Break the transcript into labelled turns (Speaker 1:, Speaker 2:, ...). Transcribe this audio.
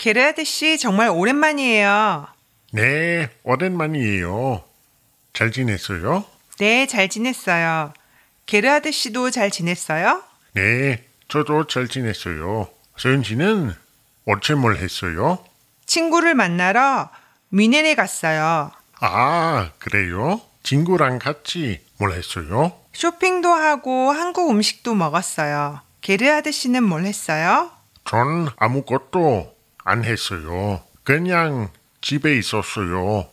Speaker 1: 게르하드 씨 정말 오랜만이에요.
Speaker 2: 네, 오랜만이에요. 잘 지냈어요?
Speaker 1: 네, 잘 지냈어요. 게르하드 씨도 잘 지냈어요?
Speaker 2: 네, 저도 잘 지냈어요. 서윤 씨는 어째 뭘 했어요?
Speaker 1: 친구를 만나러 미넨에 갔어요.
Speaker 2: 아, 그래요? 친구랑 같이 뭘 했어요?
Speaker 1: 쇼핑도 하고 한국 음식도 먹었어요. 게르하드 씨는 뭘 했어요?
Speaker 2: 전 아무것도 안 했어요. 그냥 집에 있었어요.